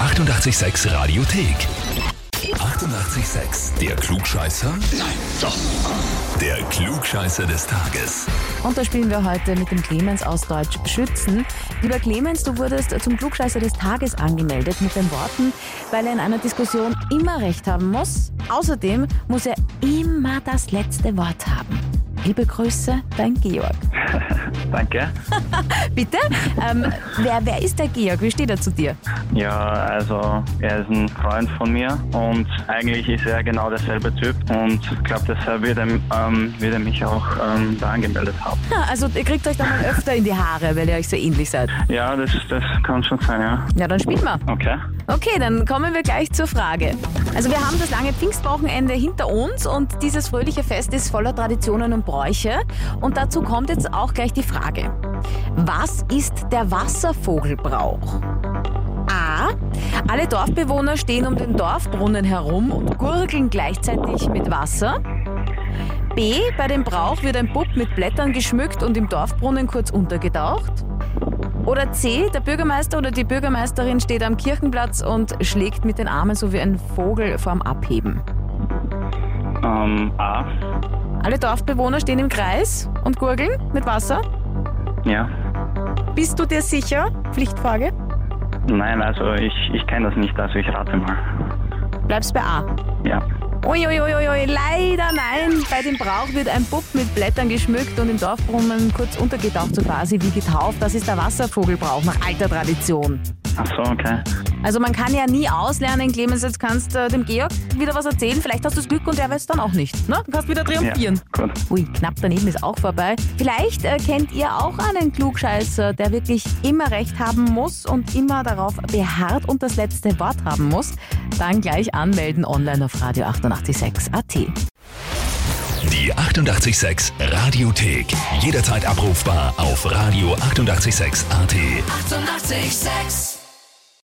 886 Radiothek. 88,6. Der Klugscheißer? Nein, doch. Der Klugscheißer des Tages. Und da spielen wir heute mit dem Clemens aus Deutsch Schützen. Lieber Clemens, du wurdest zum Klugscheißer des Tages angemeldet mit den Worten, weil er in einer Diskussion immer recht haben muss. Außerdem muss er immer das letzte Wort haben. Liebe Grüße, dein Georg. Danke. Bitte? Ähm, wer, wer ist der Georg? Wie steht er zu dir? Ja, also er ist ein Freund von mir und eigentlich ist er genau derselbe Typ und ich glaube, deshalb wird er, ähm, wird er mich auch ähm, da angemeldet haben. Ha, Also ihr kriegt euch dann mal öfter in die Haare, weil ihr euch so ähnlich seid. Ja, das, das kann schon sein, ja. Ja, dann spielen wir. Okay. Okay, dann kommen wir gleich zur Frage. Also wir haben das lange Pfingstwochenende hinter uns und dieses fröhliche Fest ist voller Traditionen und Bräuche. Und dazu kommt jetzt auch gleich die Frage. Was ist der Wasservogelbrauch? A. Alle Dorfbewohner stehen um den Dorfbrunnen herum und gurgeln gleichzeitig mit Wasser. B. Bei dem Brauch wird ein Bub mit Blättern geschmückt und im Dorfbrunnen kurz untergetaucht. Oder C, der Bürgermeister oder die Bürgermeisterin steht am Kirchenplatz und schlägt mit den Armen so wie ein Vogel vorm Abheben. Ähm, A. Alle Dorfbewohner stehen im Kreis und gurgeln mit Wasser. Ja. Bist du dir sicher? Pflichtfrage. Nein, also ich, ich kenne das nicht, also ich rate mal. Bleibst bei A. Ja. Uiuiuiui, leider nein. Bei dem Brauch wird ein Bub mit Blättern geschmückt und im Dorfbrunnen kurz untergetaucht, so quasi wie getauft. Das ist der Wasservogelbrauch nach alter Tradition. Ach so, okay. Also man kann ja nie auslernen, Clemens, jetzt kannst du dem Georg wieder was erzählen. Vielleicht hast du das Glück und er weiß dann auch nicht. Ne? Du kannst wieder triumphieren. Gut. Ui, knapp daneben ist auch vorbei. Vielleicht äh, kennt ihr auch einen Klugscheißer, der wirklich immer recht haben muss und immer darauf beharrt und das letzte Wort haben muss. Dann gleich anmelden online auf radio 886 AT. Die 88,6 Radiothek. Jederzeit abrufbar auf radio886.at. 88,6. Eighty-eight, sex.